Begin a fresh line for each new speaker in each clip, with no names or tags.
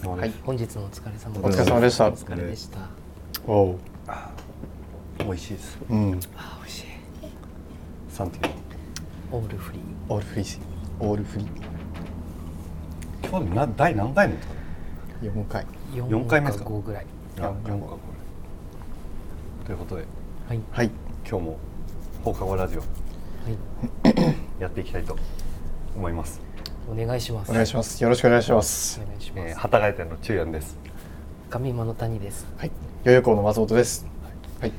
様
は
で
い
す、、
本日もお疲れ様
お疲れ様でした
お疲れでした。
おう
美味しいです
うん
あ、美味しい。
サンティ
オールフリー。
オールフリーオールフリー
今日な第何回目ですか
4回
四回目ですか
5ぐらい。
あ四かこれということで
はい。
はい
今日も放課後ラジオ
はい。
やっていきたいと思います、
お願いします。
お願いしますよろしくお願いします
お願いします。
えー、幡ヶ谷店の中庵です
上間の谷です。
はい代々木の松本ですはい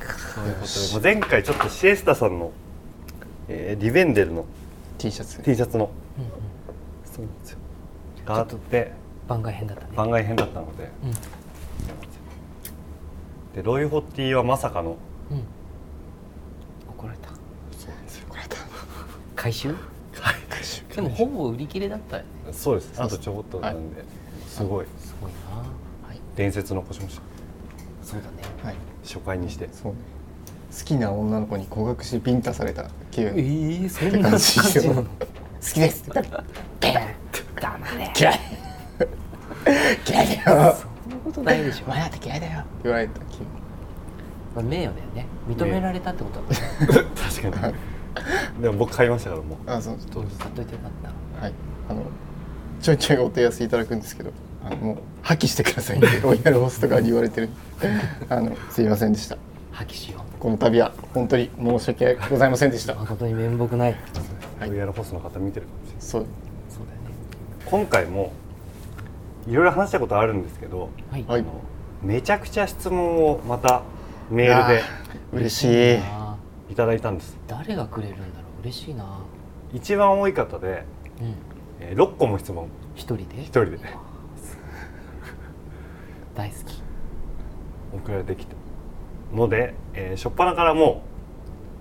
ということでもう前回ちょっとシエスタさんの、えー、リベンデルの
T シャツ
T シャツの
うんうん。
そうなんですよがあって
番外編だったね。
番外編だったので
う
でロイホッティはまさかの
ん。うん。怒られた。
そうです
回収？でもほぼ売り切れだったよね。
そうですあとちょこっとなんで、すごい
すごいな。はい。
伝説残しました
そうだね。
はい
初回に して
そうね好きな女の子に告白しビンタされた系好
ええ、 そ
んな感じなの
の。
きですって言ったら
ベン。黙れ。
嫌い嫌いだよ
そんなことないでしょ
お。前だって嫌いだよって言われた気分
まあ名誉だよね。認められたってことだもんね。
確かにでも僕買いましたからもう
あそう
どうです
買っといてよかった。
はいあのちょいちょいお手安いただくんですけどあのもう破棄してくださ いってロイヤルホスト側に言われてるあのすいませんでした
破棄しよう。
この度は本当に申し訳ございませんでした
誠に面目ない。
はい
VR ホストの方見てるかもしれない
そう
そうだよね。
今回もいろいろ話したことあるんですけど
はい。
はい
あのめちゃくちゃ質問をまたメールで
嬉しい
あ
いただいたんです
ー誰がくれるんだろう。嬉しいな。
一番多い方で、
うん。
えー、6個も質問
一人で。
一人で
大好き。
送られてきてので、えー、初っ端からも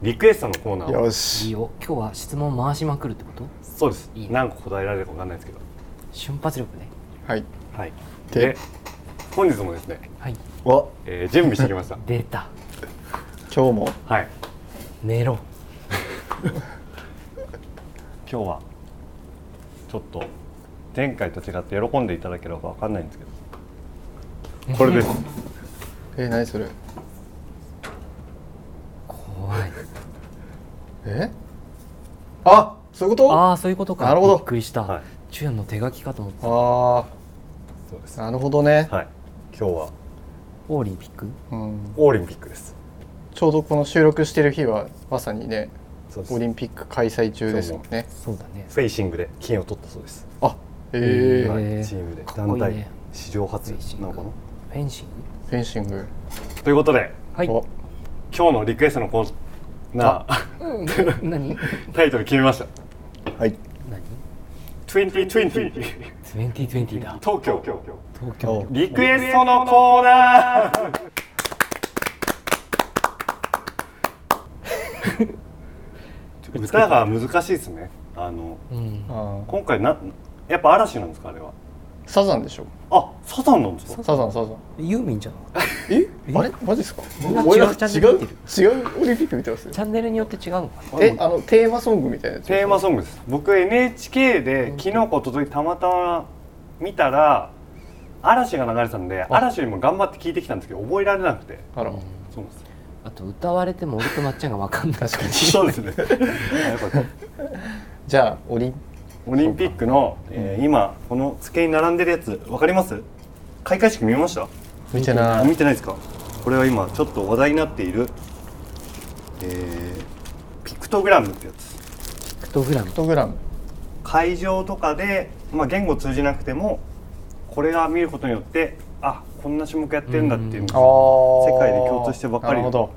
うリクエストのコーナーを
よ
いい
し
よ。今日は質問回しまくるってこと。
そうです
いいね
何個答えられるか分かんないですけど
瞬発力ね。
はい
はい
で
で本日もですね、
はい。
わ
えー準備してきました
出た。
今日も
はい
寝ろ。
今日はちょっと前回と違って喜んでいただければ分かんないんですけどこれです
え何それ
怖い。
えあそういうこと
あ
あ
あ、そういうことか。
なるほど
びっくりした。
はい
中夜の手書きかと思った。
あ
そうです
ーなるほどね、
はい今日は
オーリンピック。
うん、
オリンピックです
ちょうどこの収録してる日はまさにね
そうです
オリンピック開催中ですもんね
そうだね。
フェイシングで金を取ったそうです、
あええ
へー
はいチームで
かっこい
団
いね
体史上初
フェイシング
なのかな
フェンシング。
フェンシング
ということで
はい。
お
今日のリクエストのコーナー
うん 何？何？
タイトル決めました
はい
2020
トゥエンティトゥエンティだ。
東京
東京。
お
リクエストのコーナー歌が難しいですねあの
うん。
あー
今回なやっぱ嵐なんですかあれは
サザンでしょ
あサザンなんです
サ
か
ザンサザン
ユーミンじゃん。
えあれマジですか
んな違う
俺ら違
チャンネル
う
見
違うオリンピック見てますよ
チャンネルによって違うのかな。
えあのテーマソングみたいなやつ
テーマソングです僕 NHK で昨日ことといたまたま見たら嵐が流れてたんで嵐も頑張って聞いてきたんですけど覚えられなくて
あら
そうなんです
あと歌われても俺とまっちゃんがわかんない。
確かに
そうです ねやっぱ
じゃあオリン
オリンピックの、えー今この机に並んでるやつわかります開会式見ました
見て
あ
な
見
い
てないですかこれは今ちょっと話題になっている、えーピクトグラムってやつ
ピクトグラム
フ。トグラム
会場とかで、まあ、言語通じなくてもこれが見ることによってあこんな種目やってるんだっていう
あ
の
世
世界で共通してばっかり
なるほど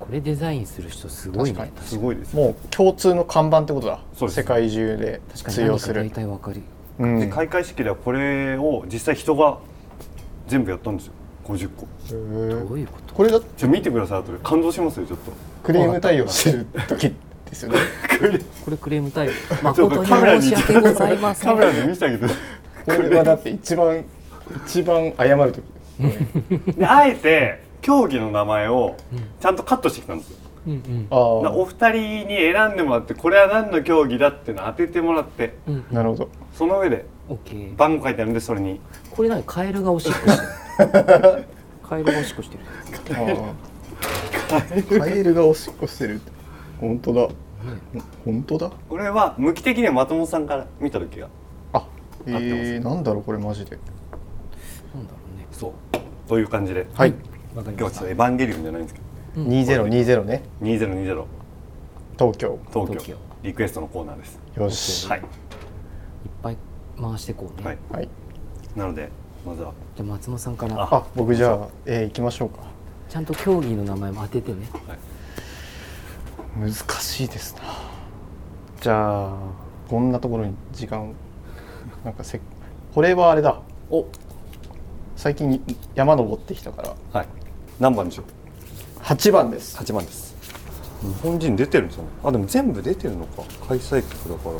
これデザインする人すごいね。
がすごいですよ
もう共通の看板ってことだ
そうです
世界中で
確かに
通用
何
す
か
る
大体わかる。
うん
で開会式ではこれを実際人が全部やったんですよ50個
へー
どういうこと？
これだ
ちょ見てください後で感動しますよちょっと
クレーム対応してる時ですよね
これクレーム対応。
ちょっと
誠に
カメラ
申
に
し訳ございませ
カ
ん
メ。ラで見せてあげて
これはだって一番一番謝る時
であえて競技の名前をちゃんとカットしてきたんですよ、
うんうん
あ
だからお
あ
二人に選んでもらってこれは何の競技だっていうのを当ててもらって
うん。
なるほど
その上で
OK
番号書いてあるんでそれに
これ何カエルがおしっこしてるカエルがおしっこしてる
カエルがおしっこしてるって本当だ本当だ
これは無機的には松本さんから見た時が
あえ
合って
ー、なんだろうこれマジで
なんだろうね
そうという感じで
はい
わか
今日は
りま
ち
し
ょったとエヴァンゲリオンじゃないんですけど
2020ね
2020
東京
東
東
京
京
リクエストのコーナーです
よし
はい
いっぱい回してこうね、
はい
はい
なのでまずは
じゃあ松本さんから
あ僕じゃあ、えー、行きましょうか
ちゃんと競技の名前も当ててね
難しいですなじゃあこんなところに時間をなんかせこれはあれだ
お
最近山登ってきたから
はい何番でしょう
8番です
8番です日本人出てるんですよねあでも全部出てるのか開催国だから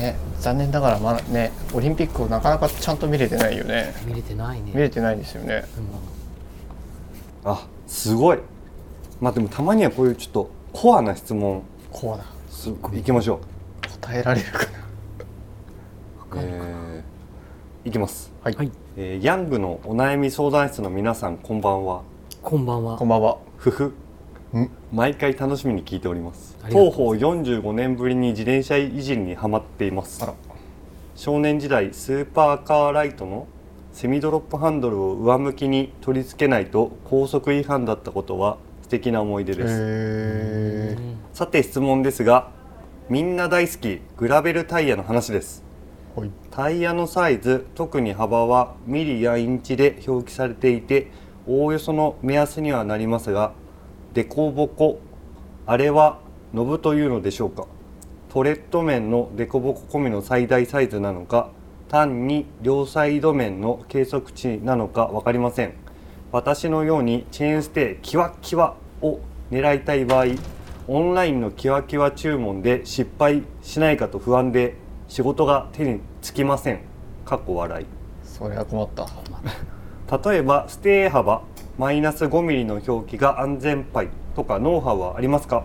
ね残念ながらまだねオリンピックをなかなかちゃんと見れてないよね
見れてないね
見れてないですよね
うん
あすごいまあでもたまにはこういうちょっとコアな質問
コアだ
すいきましょ
答えられるかな
う、えー、いきます、
はい、
はい
えーヤングのお悩み相談室の皆さんこんばんは
こんばんは
こんばんは
ふふ
ん
毎回楽しみに聞いております
ありがとう
当方45年ぶりに自転車いじりにはまっています
あら
少年時代スーパーカーライトのセミドロップハンドルを上向きに取り付けないと高速違反だったことは素敵な思い出です、
えー
さて質問ですがみんな大好きグラベルタイヤの話です
はい
タイヤのサイズ特に幅はミリやインチで表記されていておおよその目安にはなりますが凸凹あれはノブというのでしょうかトレッド面の凸凹込みの最大サイズなのか単に両サイド面の計測値なのか分かりません私のようにチェーンステイキワッキワを狙いたい場合オンラインのキワキワ注文で失敗しないかと不安で仕事が手につきませんかっこ笑い
それは困った
例えばステー幅マイナス5ミリの表記が安全牌とかノウハウはありますか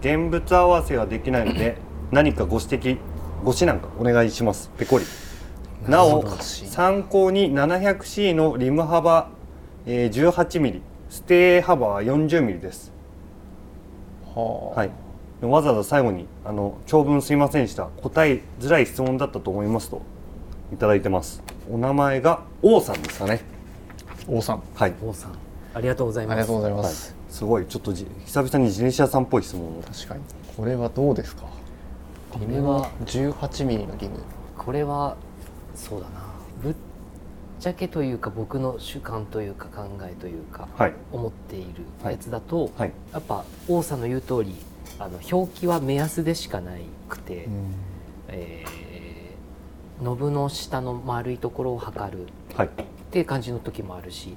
現物合わせはできないの で何かご指摘ご指南かお願いしますペコリなお
難しい
参考に 700C のリム幅、えー、18ミリステー幅は40ミリです
はあ、
はい、わざわざ最後にあの長文すいませんでした答えづらい質問だったと思いますといただいてますお名前が王さんですかね
王さん
はい
王さんありがとうござい
あ
ま
り
す
がとうございま
はい
す、、
すごいちょっとじ久々に自転車屋さんっぽい質問を
確かにこれはどうですか
こ
リ
れ
ムは
は
18ミリのリム
これはそうだなぶっちゃけというか僕の主観というか考えというか、
はい
思っているやつだと、
はい
やっぱ王さんの言う通りあの表記は目安でしかないくて、えーノブの下の丸いところを測る
はい
っていう感じの時もあるし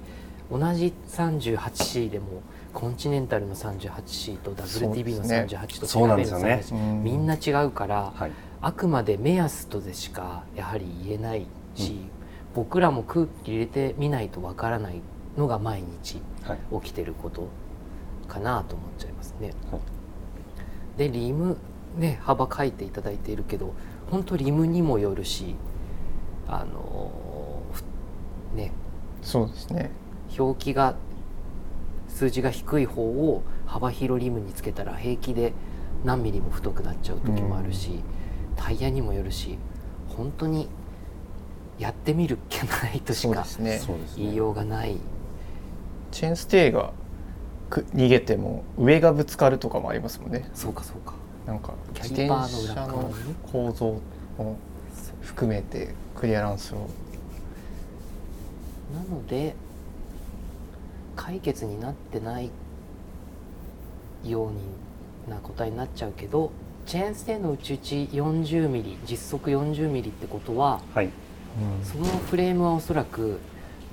同じ 38C でもコンチネンタルの 38C
そう
と
ですね
WTB の38と
そうなんですよ
の
ね
うん
みんな違うから、
はい
あくまで目安とでしかやはり言えないし、僕らも空気入れてみないとわからないのが毎日
はい
起きてることかなと思っちゃいますね。
はい
でリムね幅書いていただいているけど本当リムにもよるしあのーふね
そうですね
表記が数字が低い方を幅広リムにつけたら平気で何ミリも太くなっちゃう時もあるし、タイヤにもよるし本当にやってみるっけないとし
そうで
か
すね
そうです
言い
ね
ようがない、
チェーンステイがく逃げても上がぶつかるとかもありますもんね
そうかそうか
なんか
キ
自
ャリ
転
バーの裏
車
側の
の構造も
そう
含めてクリアランスを
なので解決になってないような答えになっちゃうけどチェーンステイのうちうち40ミリ実測40ミリってことは
はい
そのフレームはおそらく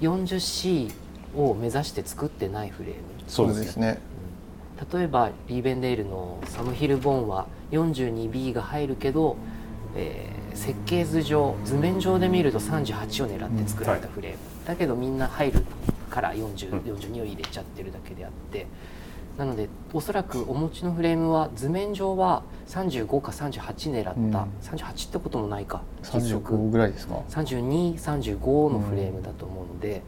40C を目指して作ってないフレーム
そうですね
ね
例えばリーベンデールのサムヒル・ボーンは 42B が入るけど、えー設計図上図面上で見ると38を狙って作られたフレーム、だけどみんな入るから4042を入れちゃってるだけであってなのでおそらくお持ちのフレームは図面上は35か38狙った、
うん
38ってこともないか結
35
局
ぐらいですか
3235のフレームだと思うので、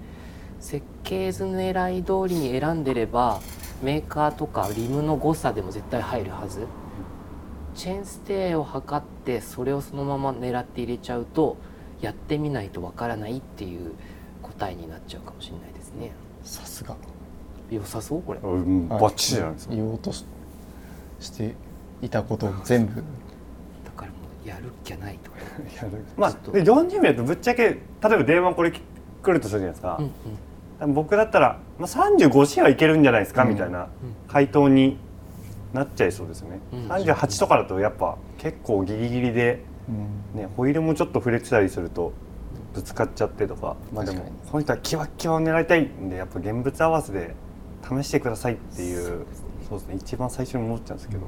設計図の狙い通りに選んでればメーカーとかリムの誤差でも絶対入るはずチェーンステイを測ってそれをそのまま狙って入れちゃうとやってみないとわからないっていう答えになっちゃうかもしれないですね
さすが
良さそうこれ
うんバ
はい
ッチリじゃないですか
言おうとししていたことを全部
だからもうやるっきゃないとか、
まあ
ちょっと
で40名だとぶっちゃけ例えば電話これき来るとするじゃないですか
うんうん、
僕だったら、まあ、35C はいけるんじゃないですか
うん
みたいな
うん
回答になっちゃいそうですね
うん
38とかだとやっぱ結構ギリギリで
うん
ねホイールもちょっと触れてたりするとぶつかっちゃってとかまあでも
確かに
この人はキワッキワを狙いたいんでやっぱ現物合わせで試してくださいっていう
そ
そうう
ですね
ですね一番最初に思っちゃうんですけど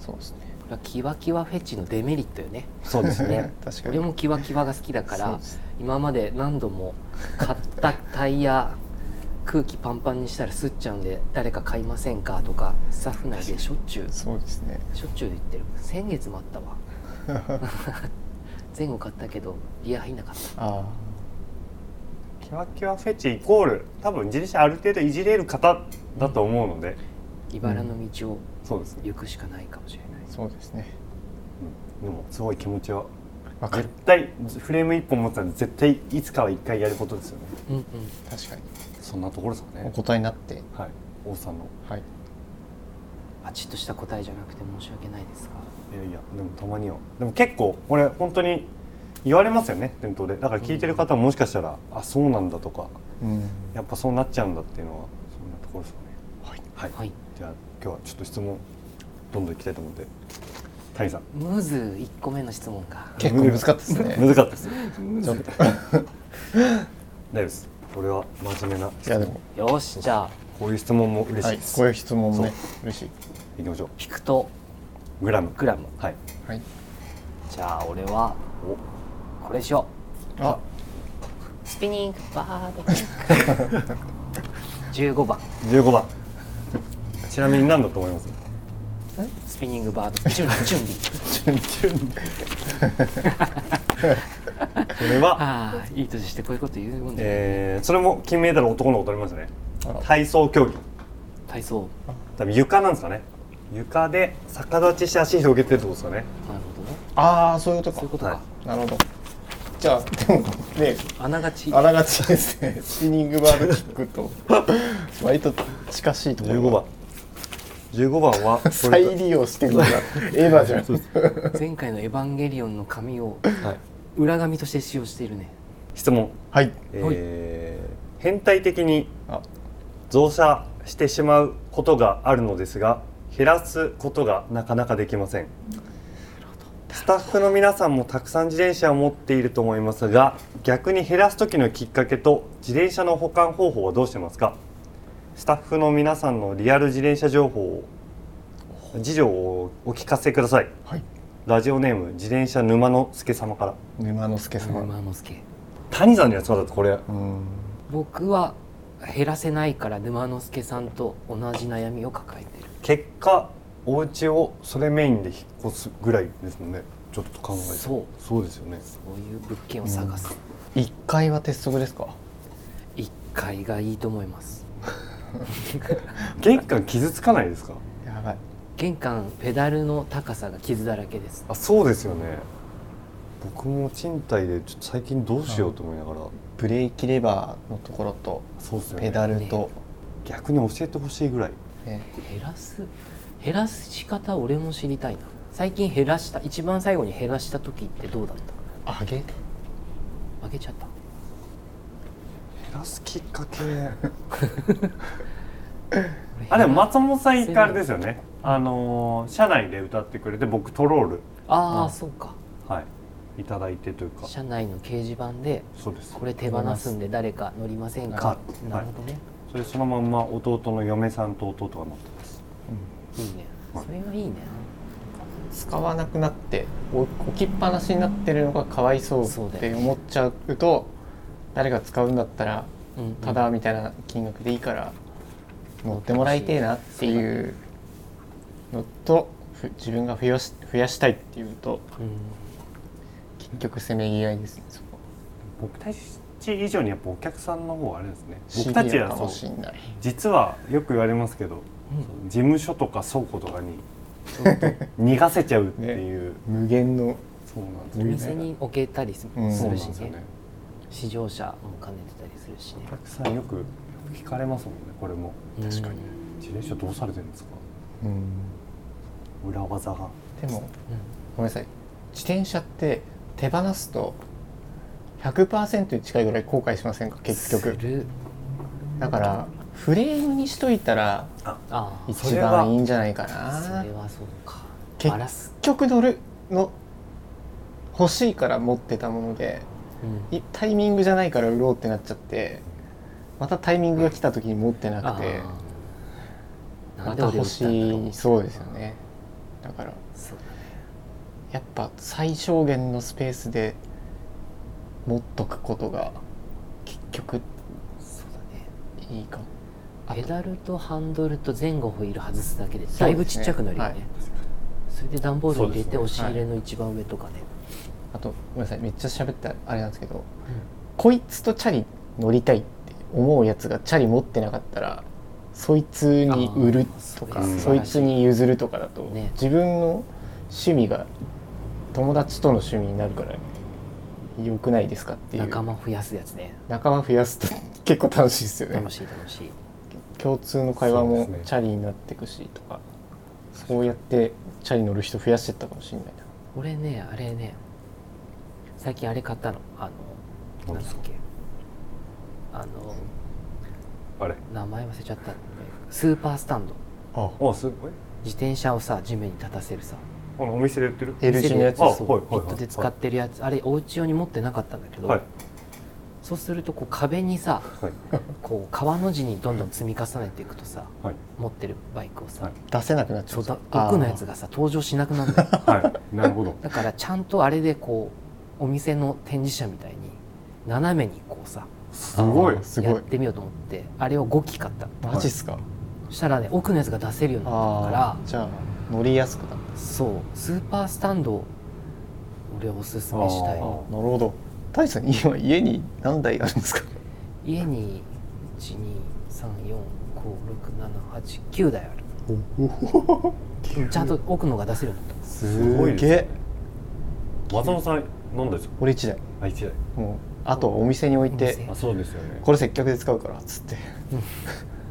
そうですね
これはキワキワフェチのデメリットよね
そうですね
確かに
俺もキワキワが好きだか
そう
ら
です
今まで何度も買ったタイヤ空気パンパンにしたらすっちゃうんで誰か買いませんかとかスタッフ内でしょっちゅう
そうですね
しょっちゅう言ってる先月もあったわ前後買ったけどリア入んなかった
あ
キワキワフェチイコール多分自転車ある程度いじれる方だと思うので
茨の道を
そうですね
行くしかないかもしれない
あそうですね
でもすごい気持ちは
わか
絶
る
対フレーム一本持ってたんで絶対いつかは一回やることですよね
うんうん
確かに
そんなところですか
お
ね
答えになって
はい王さんの
はい
パチッとした答えじゃなくて申し訳ないですが
いやいやでもたまにはでも結構これ本当に言われますよね店頭でだから聞いてる方ももしかしたら、あそうなんだとか
うん
やっぱそうなっちゃうんだっていうのはそんなところですよね
はい
はい、
はい
じゃあ今日はちょっと質問どんどんいきたいと思うんで谷さん
ムーズ1個目の質問か
結構難かったです ね
難かったです
ちょっと
大丈夫ですこれは真面目ない
やでも
よしじゃあ
こういう質問も嬉し
はいい
です、
こう
い、
いう質問もね嬉しい
きましょ
ピクト
うグラム
グラム
はい
はい
じゃあ俺は
お
これしよ
あ
うスピニングバーベ キュー15番
15番ちなみに何だと思います
スピニングバーベキュー準備準備
これ は
ああいい年してこういうこと言うもんね、
えーそれも金メダル男の子取りましたね
あら
体操競技
体操
多分床なんですかね床で逆立ちして足広げてるってことですかね
なるほどね
あーそういうこと
そういう
か
ことか、
はい
なるほどじゃあでもね
あながち
あらがちですねスピニングバードキックと割と近しいところ
15番15番はこ れ
再利用してるんだエヴァじゃん
前回の「エヴァンゲリオン」の紙を
はい、
裏紙として使用しているね
質問、
はい
えー変態的に
あ
増車してしまうことがあるのですが減らすことがなかなかできませんスタッフの皆さんもたくさん自転車を持っていると思いますが逆に減らす時のきっかけと自転車の保管方法はどうしてますかスタッフの皆さんのリアル自転車情報を事情をお聞かせください
はい
ラジオネーム自転車沼之助様から
沼之助様
沼之助
谷さんのやつはだってこれ
うん
僕は減らせないから沼之助さんと同じ悩みを抱えてる
結果お家をそれメインで引っ越すぐらいですもんねちょっと考えて
そう
そうですよね
そういう物件を探す、
一階は鉄則ですか
一階がいいと思います
玄関傷つかないですか
やばい
玄関ペダルの高さが傷だらけです
あそうですよね僕も賃貸でちょっと最近どうしようと思いながら
ブレーキレバーのところと
そうですよね
ペダルと、
逆に教えてほしいぐらい
ね
減らす減らす仕方俺も知りたいな最近減らした一番最後に減らした時ってどうだった
上げ
上げちゃった
減らすきっかけ
俺
あでも
減ら
松本さん一回あれですよねあのー社内で歌ってくれて僕トロール
あ
う
あ
ん
そうか
はいいただいてというか
社内の掲示板で
そうです
これ手放すんで誰か乗りませんか
は
なるほどね、
それそのまんま弟の嫁さんと弟が乗ってます
い、いねそれはいいね
使わなくなってお置きっぱなしになってるのがかわいそう
そう
っ
だ
て
よ
思っちゃうと誰が使うんだったら
うんうん
ただみたいな金額でいいから乗ってもらいてえなっていうのとふ自分が増やし増やしたいっていうと結局せめぎ合いですねそこ
僕たち以上にやっぱお客さんの方あれですね
シ
僕
ビア
たち
か
はそ
も
う
しんない
実はよく言われますけど、事務所とか倉庫とかにちょっと逃がせちゃうっていう、
無限の
そうなんです
お
よね
店に置けたりす
うん
す
そうなん
る
で
し
すよね
ね試乗車も兼ねてたりするしね
お客さんよく聞かれますもんねこれも
確かに
自転車どうされてるんですか
うん
裏技が
でもごめんなさい自転車って手放すと100%に近いぐらい後悔しませんか結局
する
だからフレームにしといたら
あ
そ
一
れは
番いいんじゃないか
あそ
な
れはそうか
け
バラす、
結局乗るの欲しいから持ってたもので
うん
いタイミングじゃないから売ろうってなっちゃってまたタイミングが来た時に持ってなくて
あーな
ま
んで
た
俺
欲
売ったんだろ
しいそうですよねだから
そう
やっぱ最小限のスペースで持っとくことが結局
そうだね
いいかも
ペダルとハンドルと前後ホイール外すだけで
そ
だ
うですね
いぶちっちゃくなるよね
はい
それで段ボールに入れて
そう
押
です
し
ね
入れの一番上とかね
あとごめんなさいめっちゃ喋ったあれなんですけど、こいつとチャリ乗りたいって思うやつがチャリ持ってなかったらそいつに売ると
あ
か
ー
そいつに譲るとかだと、
ね
自分の趣味が友達との趣味になるから良くないですかっていう
仲間増やすやつね
仲間増やすと 結構楽しいですよね
楽しい楽しい
共通の会話
そうで
も
すね
チャリになっていくしとかそうやってチャリ乗る人増やしてったかもしれないな
俺ねあれね最近あれ買ったのあ
何
の
で
なんだ
す
っ
か
けあの
あれ
名前忘れちゃったんだけどスーパースタンド
あ
あすごい
自転車をさ地面に立たせるさ
あのお店で売ってる
L 字のやつ
あ
そう
はい
キ
はい
ットで使ってるやつあれお家用に持ってなかったんだけど、
はい
そうするとこう壁にさ
はい
こう川の字にどんどん積み重ねていくとさ
はい
持ってるバイクをさ、
はい
出せなくなっちゃ
そううだ奥のやつがさ登場しなくなるんだ よ
はいなるほど
だからちゃんとあれでこうお店の展示車みたいに斜めにこうさ
すごい
あーす
や
ご
っ
い
てみようと思ってあれを5機買ったの
マジっすか、
そしたらね奥のやつが出せるようになった
あ
か
あじゃあ乗りやすくなっ
らそうスーパースタンドを俺おすすめしたい
あー
たなるほど大さん今家に何台あるんですか
家に123456789台あるちゃんと奥のが出せるようになっ
すごいです
げえ
ね松本さん何台ですか
俺一台
あ一台
もうあとはお店に置い
お
て
店
あそうですよね
これ接客で使うからっつって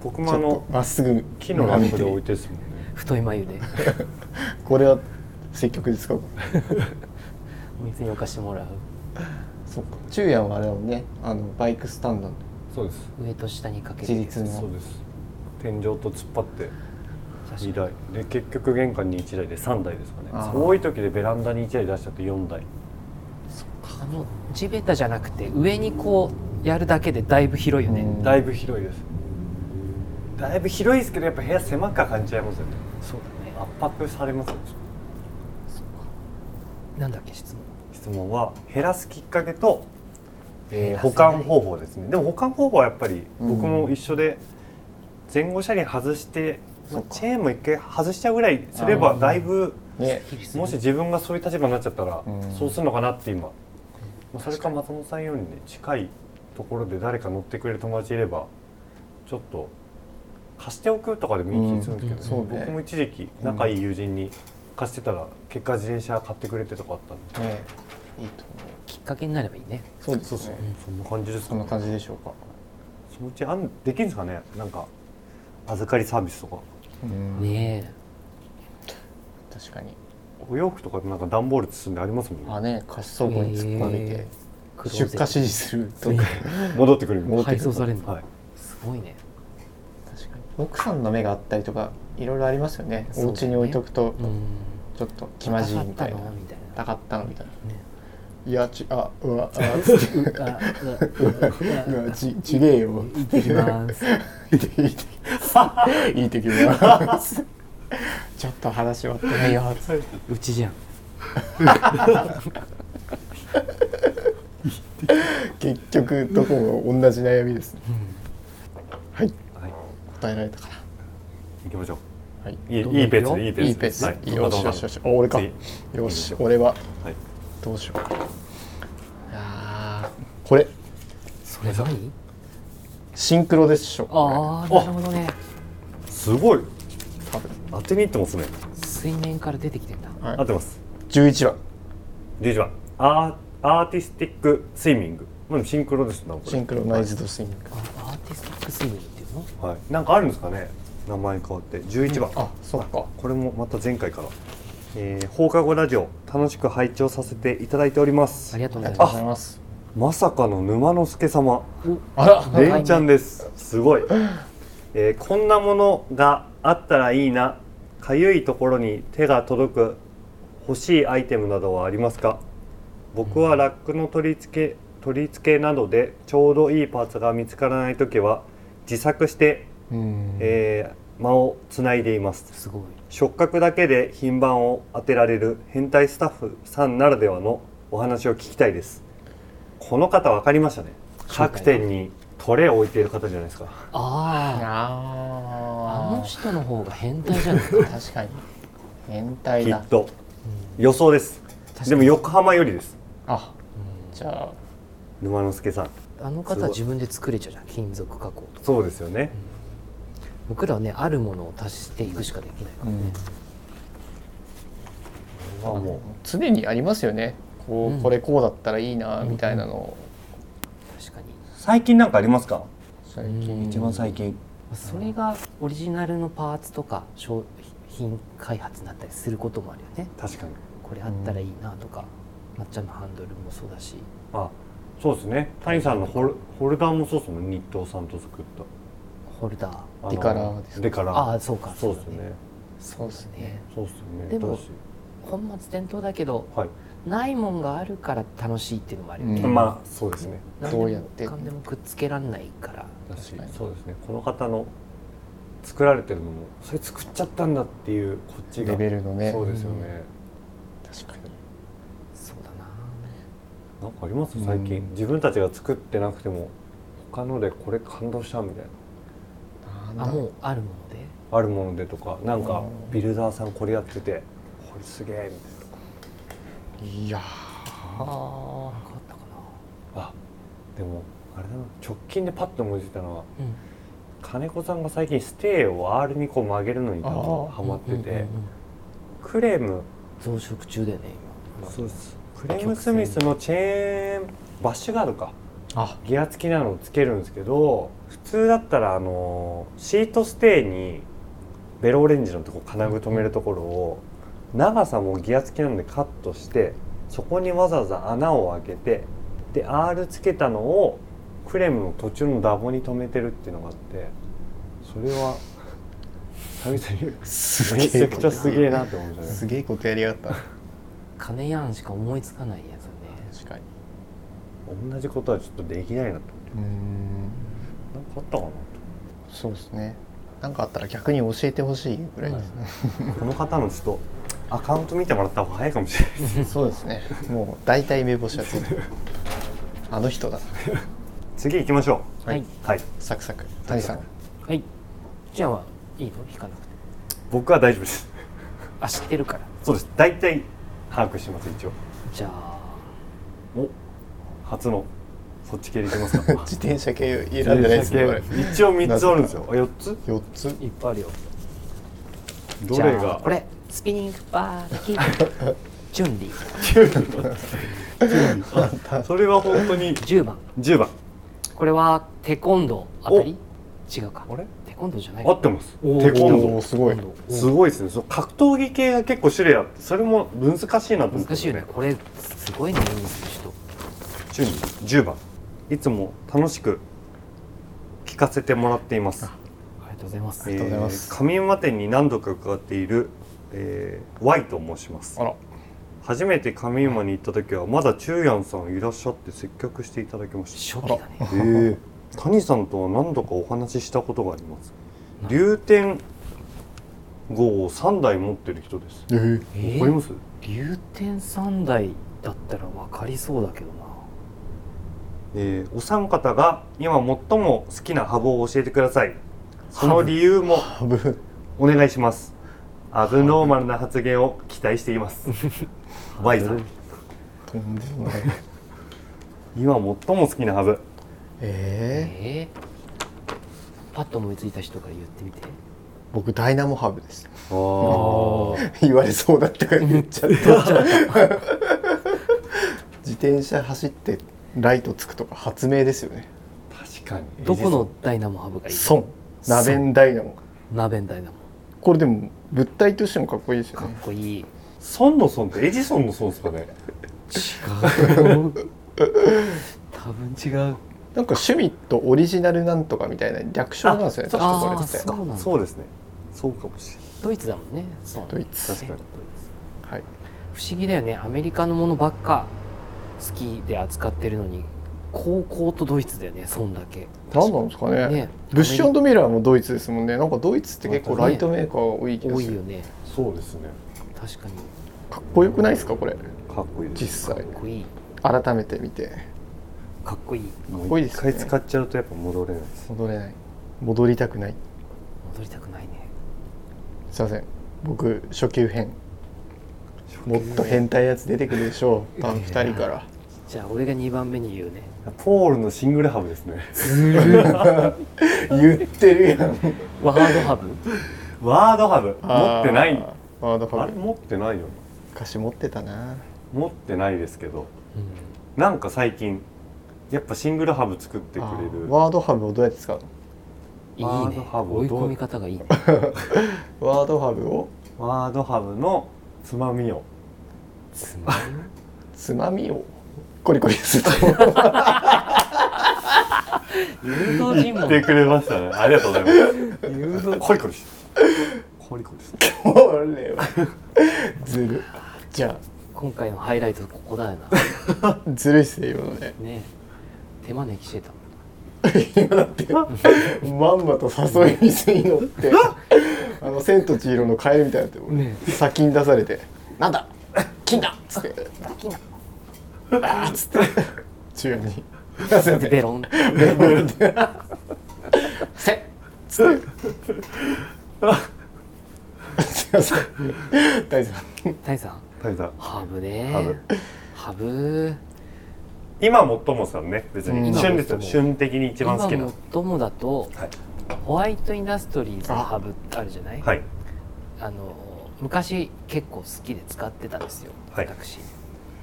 僕
ち
も
ょ
あ
っと
の
まっすぐ
木のランプで置い
て
てですもんね
た太い 眉で
これは接客で使うから
お店に置かしてもらう
そうか昼夜はあれだもんねあのバイクスタンドの
そうです
上と下にかけ
自
て
立の
そうです天井と突っ張って
確かに
2台で結局玄関に1台で3台ですかね
あー
多い時でベランダに1台出しちゃって4台
あの地べたじゃなくて上にこうやるだけでだいぶ広いよね、
うん
だいぶ広いですだいぶ広いですけどやっぱ部屋狭く感じちゃいますよね
そうだね
圧迫されますよね
なんだっけ質問
質問は減らすきっかけと、えー
減らせ
保
ない
管方法ですねでも保管方法はやっぱり
うん
僕も一緒で前後車輪外して、ま
そ
あ
うか
チェーンも一回外しちゃうぐらいすれば
あー
だいぶ
ね
もし自分がそういう立場になっちゃったら、
うん
そうするのかなって今、まあ、それか松本さんようにね近いところで誰か乗ってくれる友達いればちょっと貸しておくとかでもいい気するんですけど、
うんそうね
僕も一時期仲いい友人に貸してたら結果自転車買ってくれてとかあったんで、
ねいいと思う
きっかけになればいいね
そうですね
そうそうそんな感じです
そ
か
ん
ね
な感じでしょうか
そのうちあんできるんですかねなんか預かりサービスとか
うん
ね
確かに
お洋服とかなんか段ボール包んでありますもんね
あね貸し倉庫に突っ込んでて、
ええ
出荷指示するとか、
戻ってくる
え
戻ってく
配
る
送されるの、
はい
すごいね
確かに奥さんの目があったりとかいろいろありますよね
そうだね
お家に置いとくと
うん
ちょっと気まじいみたいな
高かったのみた
たかったのみた
いな
いな
ね
いやちあうわあつって
うわうわ
う
う
わ
わ
ちちげえよ
行ってきます
いていて いてきますちょっと話終わってないよつって
うちじゃん
結局どこも同じ悩みですねはい
はい
答えられたかな
行きましょう
はい
いいいいペースでいいペース
いいペース
はい
いいよしよしよしあ俺か
次
よし俺は
はい
どうしようかあーこれ
それ何
シンクロでしょ
ああなるほどね
すごい
多分
当てにいってますね
水面から出てきてんだ
はい
合ってます
11番
11番アーアーティスティックスイミングまあでもシンクロですなこれ
シンクロナイズドスイング
あアーティスティックスイミングっていうの
はいなんかあるんですかね名前変わって11番、
あそっか
これもまた前回から、えー放課後ラジオ楽しく拝聴させていただいております
ありがと
あ
う
り
ござ
がとうご
いま
ざいます
まさかの沼之助様
すお
あら
い
レンちゃんですすごい、えーこんなものがあったらいいなかゆいところに手が届く欲しいアイテムなどはありますか僕はラックの取り付け取り付けなどでちょうどいいパーツが見つからない時は自作して、
うん
えー間をつないでいます
すごい
触覚だけで品番を当てられる変態スタッフさんならではのお話を聞きたいですこの方分かりましたね各店にトレーを置いている方じゃないですか
あああ
あ
の人の方が変態 じゃない
ー確かに変態
き
だ
っと予想です
確かに
でも横浜よりです
あじゃあ
沼之助さん
あの方は自分で作れちゃうじゃん金属加工とか
そうですよね
僕らはねあるものを足していくしかできないからね、
あも
常にありますよねこ
うん
うこれこうだったらいいなみたいなのを
確かに
う最近なんかありますか
最
うん
近
一番最近
それがオリジナルのパーツとか商品開発になったりすることもあるよね
確かに
これあったらいいなとか、抹茶のハンドルもそうだし
あそうですね谷さんのホルホルダーもそうですもん日東さんと作った
ホルダー
あの
デカラーです
デカラー
ああそうか
そうですよ
だ
ね
そうですね
ね
そうですよね
でも
どうしよ
本末転倒だけど
うはい
ないもんがあるから楽しいっていうのもあるよね、
うん
まあそうですね
何でも
どうやって
かんでもくっつけらんないから
だし
確かに
そうですねこの方の作られてるのもそれ作っちゃったんだっていうこっちが
レベルのね
そうですよね、
確か
そうだな
なんかあります最近、
うん
自分たちが作ってなくても他のでこれ感動したみたいな
に
あも
う
うあるもので
あるものでとかなんか
うん
ビルダーさんこれやっててこれすげえみたいなとか
いやー
なんかあったかな
あでもあれだな直近でパッと思いついたのは
うん
金子さんが最近ステーを R にこう曲げるのに多分
あー
ハマってて、
うんうんうんうん
クレーム
増殖中だよね今
そうですクレームスミスのチェーンバッシュガードか
あ
ギア付きなのをつけるんですけど普通だったらあのシートステイにベロオレンジのとこ金具留めるところを長さもギア付きなのでカットしてそこにわざわざ穴を開けてで R つけたのをクレームの途中のダボに留めてるっていうのがあってそれは久々に
す
めちゃくち
こと
ゃすげえなって思いました
す
ね
げえことやりやがった
金やんしか思いつかないやつよ
確
ね
かに
同じことはちょっとできないなと思って
うん
なんかあったかな
そうですねなんかあったら逆に教えてほしいぐらいですね、
この方のちょっとアカウント見てもらった方が早いかもしれないです
そうですねもう大体目星はついてるあの人だ
次行きましょう
はい
はい
サクサク谷さん
はいじゃあいいの引かなくて
僕は大丈夫です
あ知ってるから
そうです大体把握してます一応
じゃあ
お初のそっち系でいきますか
自転車系選んでないですねこれ
自転車系一応3つあるんですよあ四つ
4つ
いっぱいあるよ
どれ
じゃあ
が
これスピニングバーキ ーチュンリー
それは本当に
10番
10番
これはテコンドーあたり違うか
あれ
テコンドーじゃない
合ってます
おー
テコンド
おー
ー
すごい
テコンドー
すごいですねその格闘技系が結構種類あってそれも難しいなと思って
難しいよねこれすごいね読みする人
チュンリー10番いつも楽しく聞かせてもらっています
ありがとうございます
りがとうございます
えー上馬店に何度か伺っている、えー Y と申します
あら
初めて上馬に行った時はまだ中ンさんいらっしゃって接客していただきました
初期だね
えー谷さんとは何度かお話ししたことがあります龍天号を3台持ってる人です
えー、
え
わかります
龍天三代だったら分かりそうだけどな
えーお三方が今最も好きなハブを教えてくださいその理由も
ハブ
お願いしますアブノーマルな発言を期待しています Y さん
とんでもない
今最も好きなハブ
ええ
えー、パッと思いついた人から言ってみて
僕ダイナモハブです
おー
言われそうだったから言っちゃった自転車走ってライトつくとか発明ですよね
確かに
どこのダイナモハブがいい
孫ナベンダイナモ
ナベンダイナモ
これでも物体としてもかっこいいですよ
かっ
ね
こいい
ソンのソンってエジソンのソンですかね
違う 多分違う
なんか趣味とオリジナルなんとかみたいな略称なんですよね
あ
確かこれって
そうなんだ
そうですねそうかもしれない
ドイツだもんねそう
ドイツ
確かに
はい
不思議だよねアメリカのものばっか好きで扱ってるのに高校とドイツだよねそんだけ
何なんですかね
ね
ブッシュミラーもドイツですもんねなんかドイツって結構ライトメーカーが多い気が
多
す
い
る
よね
そうですね
確かに
かっこよくないですかこれ
かっこいいです
実際
かっこいい
改めて見て
かっこいい
っこいいですね
もう一回使っちゃうとやっぱ戻れないです
戻れない戻りたくない
戻りたくないね
すいません僕初級編もっと変態やつ出てくるでしょう多分2人から
じゃあ俺が2番目に言うね
ポールのシングルハブですね
言ってるやん
ワードハ ブ
ワードハブ持ってない
あーワード
あ
ハ
れ
ブ
持ってないよね
昔持ってたな
持ってないですけど
うん
なんか最近やっぱシングルハブ作ってく
あ
れ
ー
る
ワードハブをどうやって使う
いいね
ワードハブを
追い
どう
込み方がいい
のワードハブを
ワードハブのつまみを
つまり
つまみをコリコリすると
誘導尋
言って
問
くれましたね ありがとうございます
誘導
コリコリしてコリコリして
これはずるじゃ
今回のハイライトここだよな
あずるいっすね今のね
ねえ手招きしてたもん
今だってまんまと誘い水に乗ってあの「千と千尋のカエル」みたいになって俺、
ね
先に出されて「なん だ金だ!」っつって「金だ!」あーっつ って中央に「すいません
ベロン
せっ!」つってすいません大丈夫
タイさん
谷さん
ハブね
ハブ
ハブ
今最もさんね別
うん
に旬です
今
よ
最も
旬的に一番好きな
今最もだと
はい
ホワイトインダストリーズのハブってあるじゃない、
はい
あの昔結構好きで使ってたんですよ、
はい
私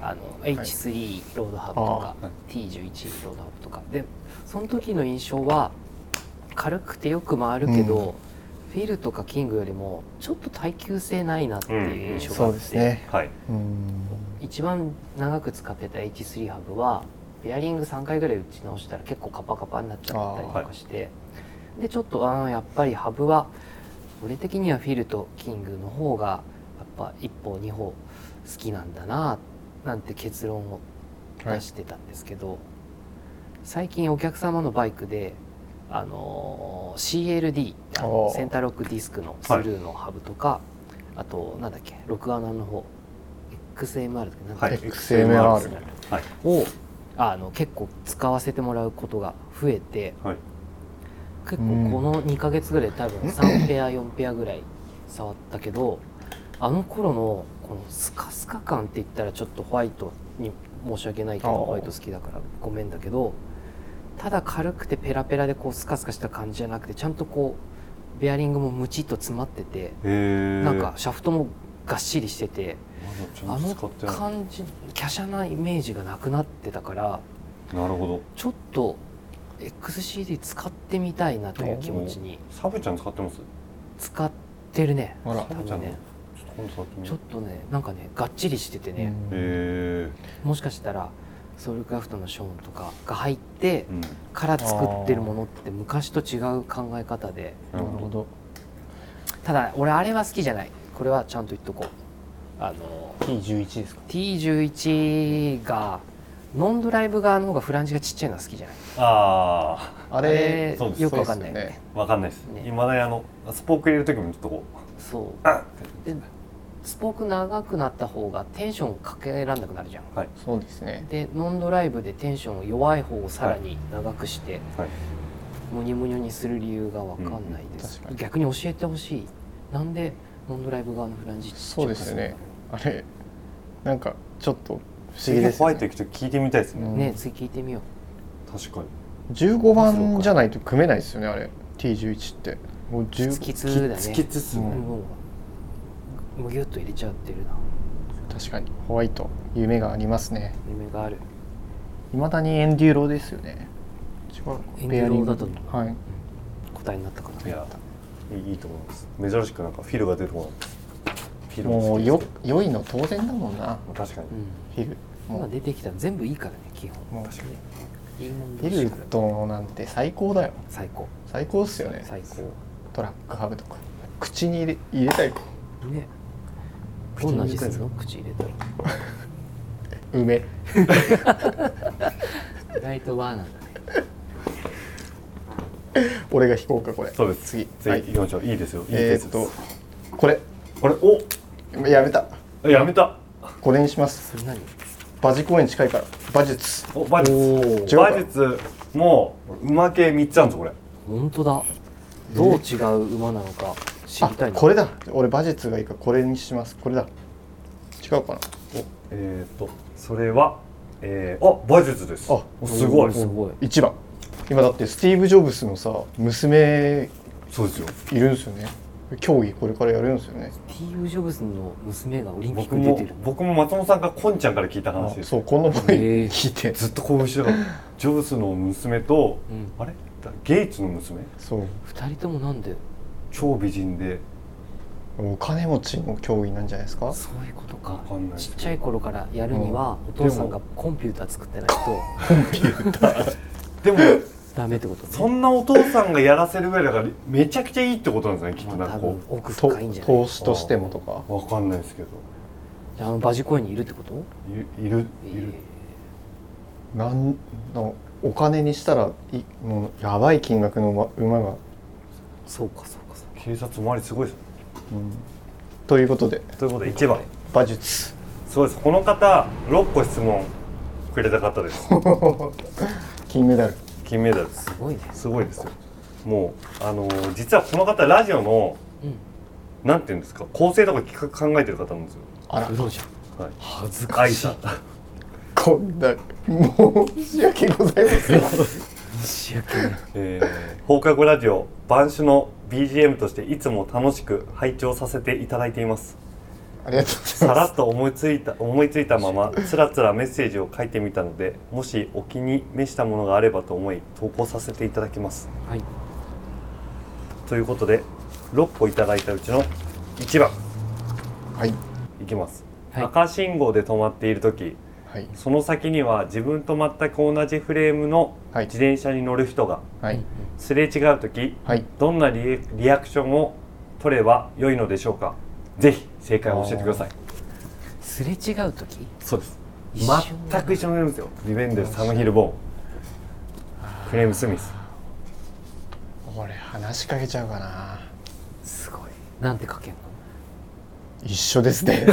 あの H3 ロードハブとか、
あ
T11 ロードハブとかでその時の印象は軽くてよく回るけど、フィルとかキングよりもちょっと耐久性ないなっていう印象 が
そ
あ
う
って、
ですね
はい
うん
一番長く使ってた H3 ハブはベアリング3回ぐらい打ち直したら結構カパカパになっちゃったりとかして、でちょっとあのやっぱりハブは俺的にはフィルとキングの方がやっぱ1歩2歩好きなんだななんて結論を
はい
出してたんですけど、最近お客様のバイクで、あのー CLD あの
おー
センターロックディスクのスルーのハブとか、あとなんだっけロックアナの方 XMR だっけなんだ
は
っ
い
け
XMR
はい
をあの結構使わせてもらうことが増えて
はい
結構この2ヶ月ぐらい多分3ペア4ペアぐらい触ったけどあの頃のこのスカスカ感って言ったらちょっとホワイトに申し訳ないけど
あー
ホワイト好きだからごめんだけどただ軽くてペラペラでこうスカスカした感じじゃなくてちゃんとこうベアリングもムチっと詰まってて
えー
なんかシャフトもがっしりしてて
まだちゃ
あ
んと使
の
ってない
感じ華奢なイメージがなくなってたから
なるほど
ちょっと XCD 使ってみたいなという気持ちに
サブちゃん使ってます
使ってるね
ほら
多分ね
ちょっと今度触ってみ
ち
よ
ょ
う
っとねなんかねがっちりしててね、
え
もしかしたらソウルクラフトのショーンとかが入って
ーうん
から作ってるものって昔と違う考え方で
なるほど
ただ俺あれは好きじゃないこれはちゃんと言っとこうあの
T11 ですか
T11 がノンドライブ側の方がフランジがちっちゃいのは好きじゃない
あ
あ
あ
れ
れ
そうです
よくわかんないよ
そうです
ね
あわかんないです
ね
いまだにあのスポーク入れる時もちょっとこ
そうでスポーク長くなった方がテンションかけらんなくなるじゃん
そうですね
でノンドライブでテンション弱い方をさらに長くして、
はい
ムニムニにする理由がわかんないです、
うん確かに
逆に教えてほしいなんでノンドライブ側のフランジッチ
そうですよねあれなんかちょっと不思議
次
です
ホワ
よ
イト
ね
行くと聞いてみたいですね、
うん
ね次聞いてみよう
確かに
15番じゃないと組めないですよねあれ T11 ってもう10
きつだね
突きつつ
うん
も、
もうむぎゅっと入れちゃってるな
確かにホワイト夢がありますね
夢がある
いまだにエンデューロですよね違
エ
う
ンデューロだと
ペアリングはい
答えになったかない
やいいいいと思います珍しくなんかフィルが出てこなかったですフィル
も
好き
う
です
よ良いの当然だもんな
確かに、
う
フィル
ん、
も
今
う
出てきたの全部いいからね基本
もう
確かに
いいもん
フ
同
ィ
士
ルとなんて最高だよ
最高
最高っすよね
最
トラックハブとか口に入れ入れたい
高ね
口
どん
に
な
入れ
味
たい
す
です
る
か
の口入れたら
梅
意外とバーなんだね
俺が引こうかこれ
そうです
次
次
はい
行きましょういいですよいいペー
え
ス
ーっ
で
と
す、
これ
あれお
やめた
やめた
これにします
それ何
馬事公演近いから馬術
お馬
お
術
ー
馬術もう馬系3つあるんですよこれ
本当だどう違う馬なのか知
あ
りたいな
これだ俺馬術がいいからこれにしますこれだ違うかな
えっ、とそれはえー、あ馬術です
あ
おすご
お
い
すごい
1番今だってスティーブ・ジョブスのさ娘
そうですよ
いるんですよね競技これからやるんですよね
ティーブ・ジョブズの娘がオリンピッ
僕
クに出
も
てる
僕も松本さんがこんちゃんから聞いた
あ
話です
そうこの前
へー
聞いて、
ずっと興奮してたからジョブスの娘と、
うん
あれゲイツの娘
そう
二人ともなんで
超美人で
お金持ちの競技なんじゃないですか
そういうことか
わかんないです
ち
けど
っちゃい頃からやるにはお
でも
父さんがコンピューター作ってない と
でも
ダメってことね
そんなお父さんがやらせるぐらいだからめちゃくちゃいいってことなんですねきっと
ま
な
あ
ん
多
か
分
こ
奥
と
深いんじゃない
投資としてもとか
うわかんないですけど
じゃああのバジ公園にいるってこと
いいるい
え
る
なんのお金にしたらいもうやばい金額の馬馬が、
えそうかそうかそうか
警察周りすごいです
うんということで
ということで1番
馬術
そうですこの方6個質問くれた方です
金メダル
金メダルです
すごいね
すごいですよもうあのー実はこの方ラジオの
うん
なんていうんですか構成とか企画考えてる方なんですよ
あら
プロじゃん
はい
恥ず
愛
し
さん
こんな申し訳ございま せん
申し訳ない
えー放課後ラジオ晩酒の BGM としていつも楽しく拝聴させていただいています
ありがとうござい
さ
ま
らっと思いついた思いついたままつらつらメッセージを書いてみたのでもしお気に召したものがあればと思い投稿させていただきます
はい
ということで6個いただいたうちの1番
すはい
いきます、
はい
赤信号で止まっている時
はい
その先には自分と全く同じフレームの
はい
自転車に乗る人が
はい
すれ違う時
はい
どんなリリアクションを取れば良いのでしょうかぜひ正解を教えてください
すれ違う時
そうです
一緒
全く一緒のフレームですよリベンデルサムヒル・ボーンクレーム・スミス
俺話しかけちゃうかな
すごいなんて書けんの
一緒ですね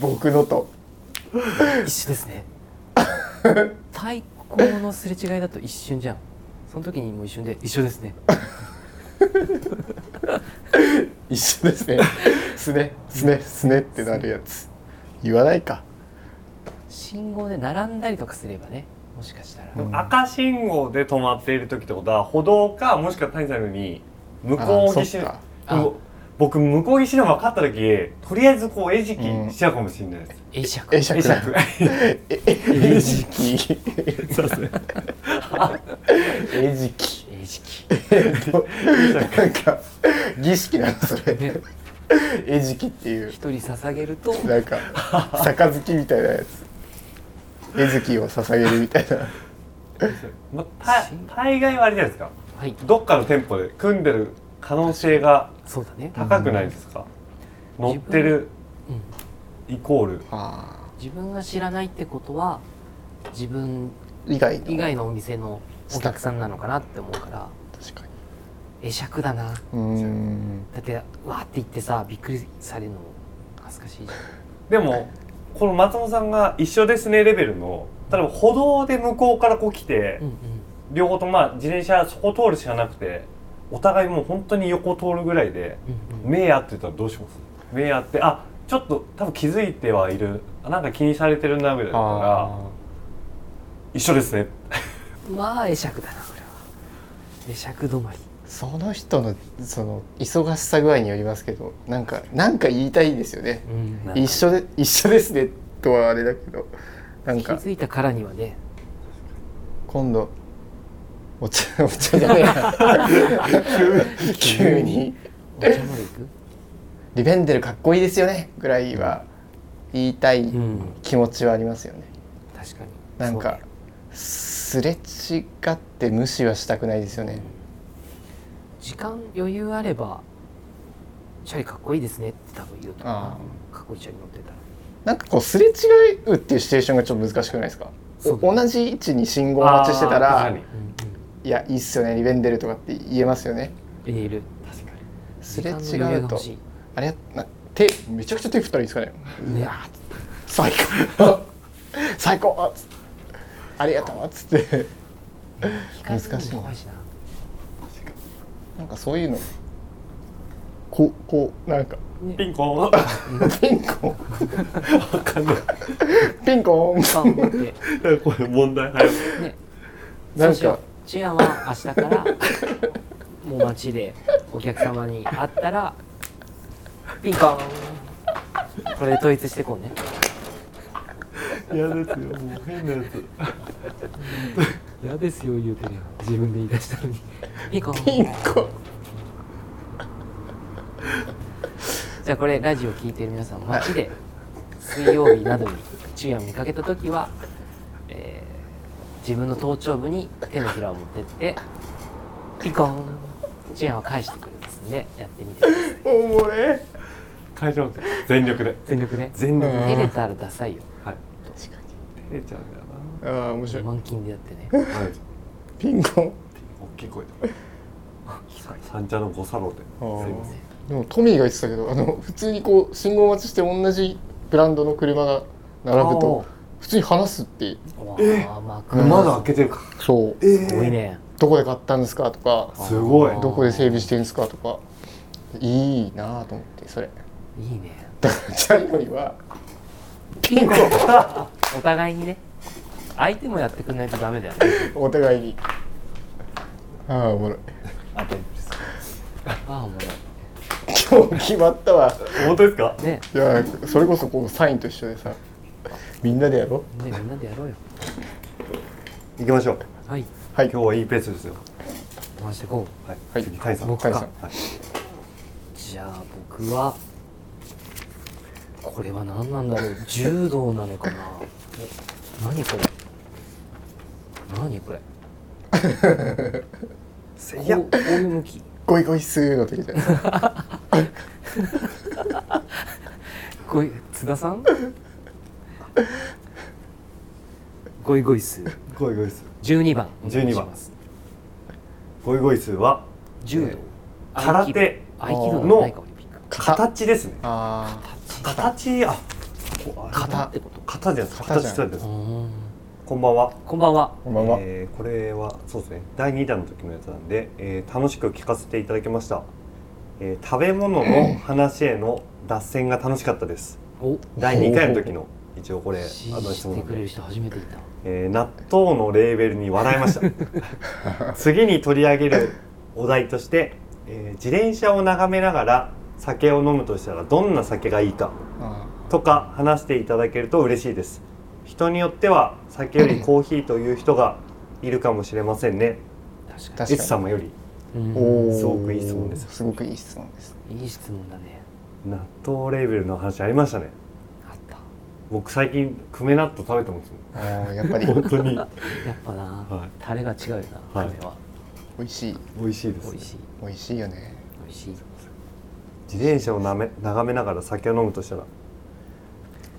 僕のと
一緒ですね対抗のすれ違いだと一瞬じゃんその時にもう一瞬で一緒ですね
一緒ですねすねすねすねってなるやつ言わないか
信号で並んだりとかすればねもしかしたら、
うん
赤信号で止まっている時ってことは歩道かもしくは谷さんのように向こう岸
あそっか
うわ僕向こう岸の分かった時とりあえずこう餌食
うん
しちゃうかもしれないです、
えしゃく
えしゃくだええじき
そうですね
えじき
えじき
なんか儀式なのそれ
ね
えじきっていう
一人捧げると
なんか杯みたいなやつえずきを捧げるみたいな
まあ、た大概はあれじゃないですか
はい
どっかの店舗で組んでる可能性が
そうだね、
高くないですか、
ん
乗ってる
うん、
イコール
あ
自分が知らないってことは自分
ー以外の
以外のお店のお客さんなのかなって思うから
確かに
会釈だな
うーん
だってわーって言ってさびっくりされるの恥ずかしいじゃん
でもこの松本さんが一緒ですねレベルの例えば歩道で向こうからこう来て、
うんうん
両方ともまあ自転車そこ通るしかなくてお互いもう本当に横通るぐらいで目合ってたらどうします目合ってあちょっと多分気づいてはいるあなんか気にされてるなぐらいだから一緒ですね
まあ会釈だなこれは会釈止まり
その人のその忙しさ具合によりますけどなんかなんか言いたいですよね
うん
なんか
一緒で一緒ですねとはあれだけどなん
気
か
づいたからにはね
今度お茶お 茶じゃねえや急に
お茶まで行く
「リベンデルかっこいいですよね」ぐらいは言いたい
うん
気持ちはありますよね。
確かに
なんか
そうね
すれ違って無視はしたくないですよね。
時間余裕あればチャリかっこいいですねって多分言うと思うな
あ
かっこいいチャリ乗ってたら
なんかこうすれ違うっていうシチュエーションがちょっと難しくないですか
そうだね
同じ位置に信号待ちしてた
あー
ら
確か
「いやいいっすよねリベンデル」とかって言えますよね
言える
に確かに
すれ
時間の余
違
裕
う
が
と
欲しい
あれな手めちゃくちゃ手振ったらいいですかね
ね
いやー最高 最高あつありがとうっつって難しいな
光るの怖いしな
なんかそういうのこうこうなんか
ピン コン
ピンコン
わかんない
ピンコン
パンを持って
これ問題早く
ね
な
そ
ん
うしよ
か
うチアは明日 からもう街でお客様に会ったらピンコーンこれで統一してこうね
嫌ですよもう変なやつ
嫌ですよ言うてるよ自分で言い出したのにピンコー
ピン
ン
コン
じゃあこれラジオ聞いてる皆さん街で水曜日などに昼夜を見かけた時は、えー自分の頭頂部に手のひらを持ってってピンコーン昼夜は返してくれますんでやってみてください
おもれ
会場全力で
全力ね
全力で
うん
照れたらダサいよ
はい
確か
照れちゃうんだよ
にああ面白い
満金でやってね
なはい
ピンコン
大きい声で三茶の五サロで
あー
すいません
でもトミーが言ってたけどあの普通にこう信号待ちして同じブランドの車が並ぶと普通に話すって
わあ、まあ、
うん
窓開けてるか
そう
え
すごいね。
どこで買ったんですかとか
すごい
どこで整備してるんですかとかいいなぁと思ってそれ
いいね。
だからチャリ乗りは
ピンコ。 お互いにね。相手もやってくれないとダメだよね。
お互いにああおもろい
あとです
ああ、も
今日決まったわ
本当ですか
う。ね。
いやそれこそこうサインと一緒でさみんなでやろう
ね、みんなでやろうよ。
行きましょう
はい。
はい
今日はいいペースですよ
回してこ
はい、
はい
次カイさん
僕。
カイさん
はいう
じゃあ、僕は。これは何なんだろう。柔道なのかな。何これ。何これ。
せ
こ
や
う、こういう向き。
ゴイゴイスーの時じゃないですか
ごい津田さ んゴイゴイスー
ゴイゴイス
12番お願い
12
し
番
ます
ゴイゴイスは
柔道
えー空手
合気道のないかオリンピック
形ですね
あ
形あこあれ
型ってこと
型じゃないですか
型じゃ
形
な
そ
い
うです
うーん
こんばんは
こんばんは
あまあまあ、
えーこれはそうですね第2弾の時のやつなんで、えー楽しく聞かせていただきました、えー食べ物の話への脱線が楽しかったです
お
第2回の時の一応これ
支
あの
持
質
して
問
く
で
れる人初めていた
えー納豆のレーベルに笑いました 次に取り上げるお題として、えー自転車を眺めながら酒を飲むとしたらどんな酒がいいか
あ
とか話していただけると嬉しいです人によっては酒よりコーヒーという人がいるかもしれませんね
確
ー
か
確
エツ
かに
様より
に
おー
すごくいい質問です
すごくいい質問です
うんいい質問だね
納豆レーベルの話ありましたね
あった
僕最近クメ納豆食べてます
あーやっ ぱり
もん本当に
やっぱな
は
タレが違うよなこ
はい
れは
美味しい
美味しいです、
美味しい
美味しいよね
美味しい
自転車をなめ眺めながら酒を飲むとしたら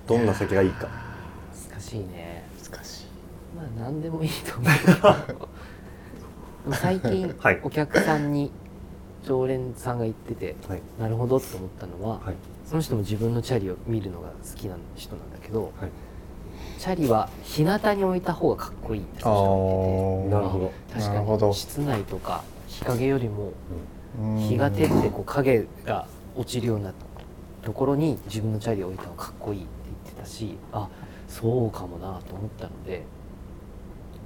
どんな酒がいいか
難しいね
難しい
まあ何でもいいと思うけど でも最近、
はい
お客さんに常連さんが言ってて
はい
なるほどと思ったのは、
はい
その人も自分のチャリを見るのが好きな人なんだけど
はい
チャリは日向に置いた方がかっこいいってその人が言ってて
なるほど
確
な
か
るほ
に
ど
室内とか日日陰よりも
うん
日が照ってこう影が落ちるようなところに自分のチャリを置いたのがかっこいいって言ってたしあそうかもなと思ったので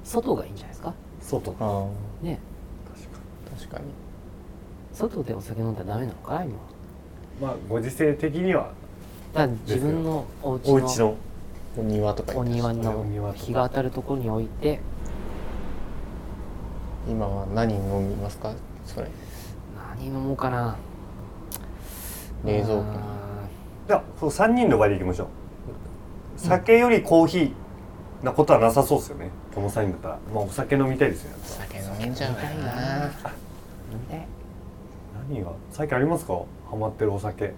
外がいいんじゃないですか外
あー
ね
確か
確かに
外でお酒飲んだらダメなのかな今
にまあご時世的には
だから自分のお
お
家
家
の
の
お庭とか行
お
ったし
庭
お庭
の
とか
日が当たるところに置いて
今は何飲みますかそれ
何飲もうかな
冷蔵庫に
あ
じゃあそう3人の場でいきましょう酒よりコーヒーなことはなさそうですよねこの3人だったら、まあ、お酒飲みたいですよね
酒飲んじゃうかな
ー飲みたい
何が最近ありますかハマってるお酒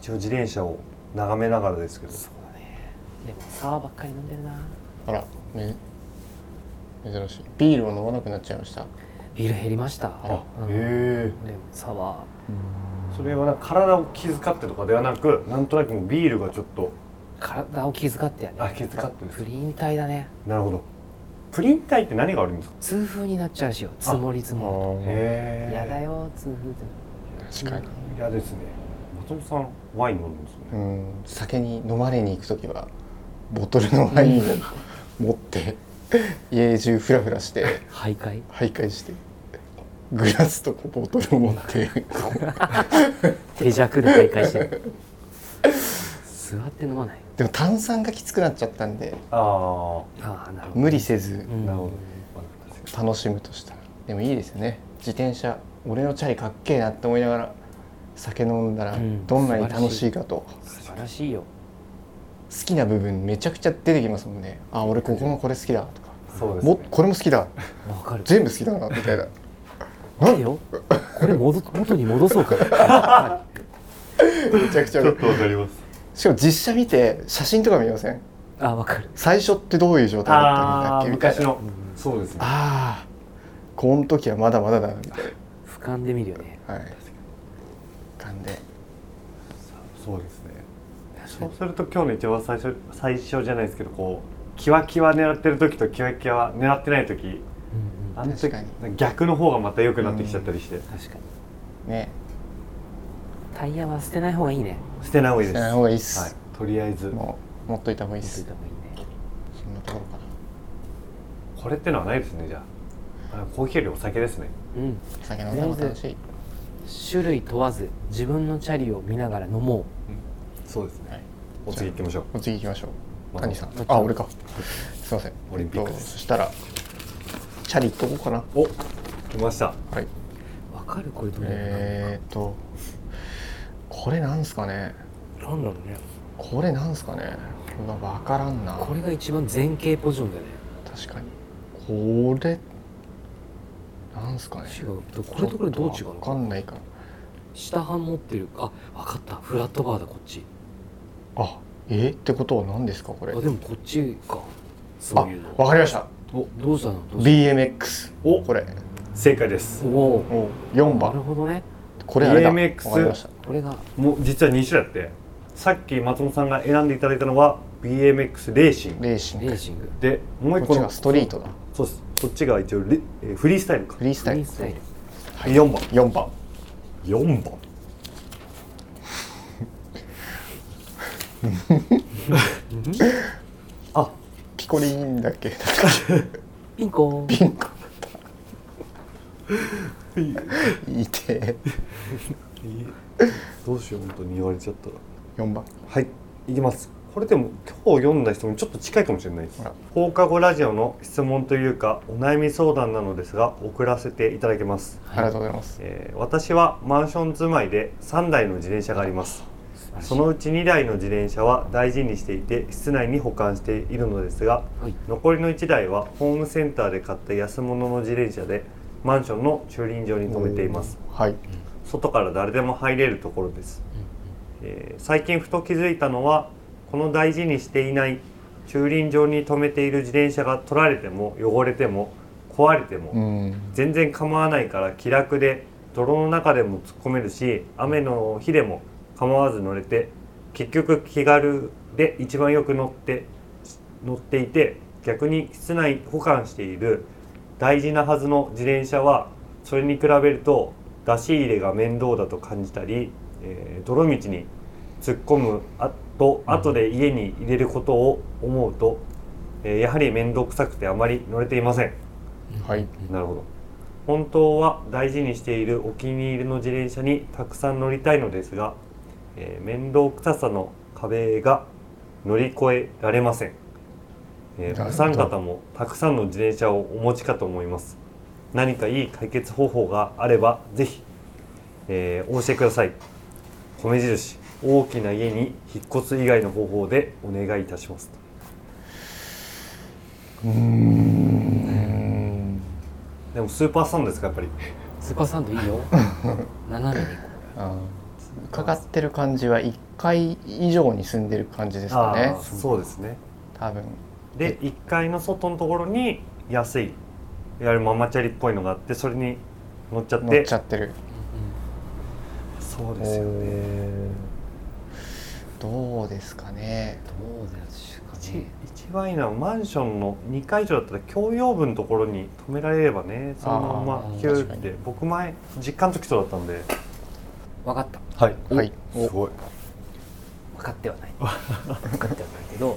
一応自転車を眺めながらですけど
そうだねでもサワーばっかり飲んでるな
あらめ珍しいビールを飲まなくなっちゃいました
ビール減りました
あ
う
へ
ん
え
レモンサワ
それはなんか体を気遣ってとかではなくなんとなくもうビールがちょっと
ー体を気遣ってやね
あ気遣ってです
プリン体だね
なるほどプリン体って何があるんですか
痛風になっちゃうしよ積もり積もり
へ
やだよ痛風っ
確
て
かに
嫌ですね松本さんワイン飲んでますよ
う
ね
ん酒に飲まれに行く時はボトルのワインを持って家中フラフラして
徘徊
徘徊してグラスとこうボトルを持って
手弱で徘徊して る座って飲まない
でも炭酸がきつくなっちゃったんで
あ
ああなるほど
無理せず
あ
ん
なるほどね
楽しむとしたらでもいいですよね自転車俺のチャリかっけえなって思いながら酒飲んだら
うん
どんなに楽しいかと、好
素晴らしいよ
きな部分めちゃくちゃ出てきますもんねあ俺ここのこれ好きだとか、
そうです
も
ね
これも好きだ
わかる
全部好きだなみたいな
見てよこれ戻元に戻そうか
めちゃくちゃ
ちょっとわかります
しかも実写見て写真とか見ません
あわかる
最初ってどういう状態だ
ああ
ったんだっけみたい
昔
な
のそうですね
ああこの時はまだまだだなみたい
俯瞰で見るよね
なはい感で
そうですねそうすると今日の一番最初最初じゃないですけどこうキワキワ狙ってる時とキワキワ狙ってない時
うんうん
あの時
確か
逆の方がまた良くなってきちゃったりして
確かに
ね
タイヤは捨てない方がいいね
捨てない方がいい
し
で
ない
す
方
は
がいいっす、
いとりあえず
もう持っといた方がいいっ
捨て
す
た方がいいね
そんなところかな
これってのはないですねじゃああコーヒーよりお酒ですね
うん
酒飲んだも楽しい
種類問わず自分のチャリを見ながら飲も
そうですね
はい
お次行きましょう
お次行きましょう
あ
谷さん
どっち
あ俺かすいません
オリンピック
えっ
で
と
す
そしたらチャリ行っとこうかな
お来ました
はい、
うわかるこれどれ
えー、っとこれなんすかね
なんだろうね
これなんすかねうわ分からんな
これが一番前傾ポジションだね
確かにこれなんすかね
違うこれとこれどう違う
分
の
かんないか
下半持ってるあわかったフラットバーだこっち
あえってことは何ですかこ
あ
れ
でもこっちか
あ
そういうの
わかりました
おどうしたのどうし
BMX
お
これ
正解です
たのお
お4
おなる
番
ほどね
これあれだ
BMX
わかりました
これが
もう実は2種類あってさっき松本さんが選んでいただいたのは BMX レーシング
レーシン
レ
グ
ーシング
でもう一
こ
個
っち
の
がストリートだ
そうですこっちが一応レえーフリースタイルか
フリース
フ
タイ
リー
ル
スタイル
4番
4番
4番 あ
ピコリンだっけ
ピンコ
ピンクいて
どうしよう本当に言われちゃったら
4番
はいいきますこれでも今日読んだ質問にちょっと近いかもしれないです
ほら
放課後ラジオの質問というかお悩み相談なのですが送らせていただきます、
ありがとうございます
えー私はマンション住まいで3台の自転車がありますそのうち2台の自転車は大事にしていて室内に保管しているのですが
はい
残りの1台はホームセンターで買った安物の自転車でマンションの駐輪場に停めています
はい
外から誰でも入れるところです、えー最近ふと気づいたのはこの大事にしていない駐輪場に停めている自転車が取られても汚れても壊れても、
うん
全然構わないから気楽で泥の中でも突っ込めるし雨の日でも構わず乗れて結局気軽で一番よく乗って乗っていて逆に室内保管している大事なはずの自転車はそれに比べると出し入れが面倒だと感じたり、えー泥道に突っ込むあと後で家に入れることを思うと、えーやはり面倒くさくてあまり乗れていません。
はい
なるほど本当は大事にしているお気に入りの自転車にたくさん乗りたいのですが、えー面倒くささの壁が乗り越えられません、えー、
なるほど
お三方もたくさんの自転車をお持ちかと思います何かいい解決方法があればぜひ、えーお教えください米印大きな家に引っ越す以外の方法でお願いいたしますでもスーパースタンドですかやっぱり
スーパーサンドいい よ斜めにこ
あーかかってる感じは1階以上に住んでる感じですかね
あーそうですね
多分
で1階の外のところに安いいわゆるママチャリっぽいのがあってそれに乗っちゃって
乗っちゃってる
そうですよね
どうですかね
う、うん、どうですか
一
ね
一番いいのはマンションの2階以上だったら共用分のところに止められればねそのまん
あ
ま
ー
勢いよ
確か
く
に
て僕前実家の時そうだったんで
分かった
はい
はい
すごい
分かってはない分かってはないけど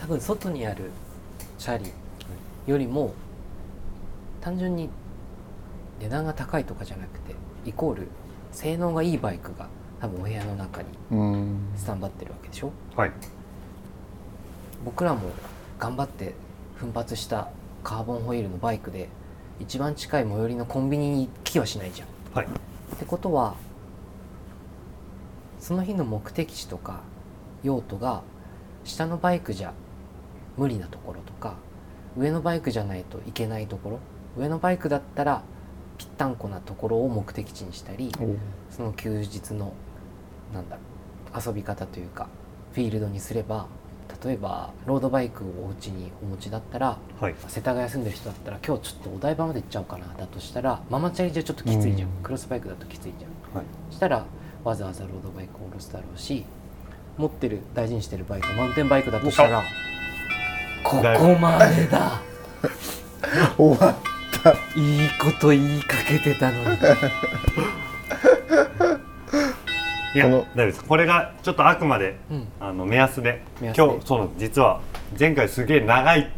多分外にあるチャリよりも単純に値段が高いとかじゃなくてイコール性能がいいバイクが多分お部屋の中に
うん
スタンバってるわけでしょ
はい
僕らも頑張って奮発したカーボンホイールのバイクで一番近い最寄りのコンビニに行きはしないじゃん。
はい
ってことはその日の目的地とか用途が下のバイクじゃ無理なところとか上のバイクじゃないといけないところ上のバイクだったらぴったんこなところを目的地にしたりその休日のなんだろう遊び方というかフィールドにすれば例えばロードバイクをお家にお持ちだったら
はい
世田谷住んでる人だったら今日ちょっとお台場まで行っちゃおうかなだとしたらママチャリじゃちょっときついじゃん、
うん
クロスバイクだときついじゃん
はい
したらわざわざロードバイクを下ろすだろうし持ってる大事にしてるバイクマウンテンバイクだとしたらここまでだ
おわ
いいこと言いかけて たのに
いや
この
大丈夫ですこれがちょっとあくまで
うん
あの目安で
目安で
今日そうなんです実は前回すげえ長い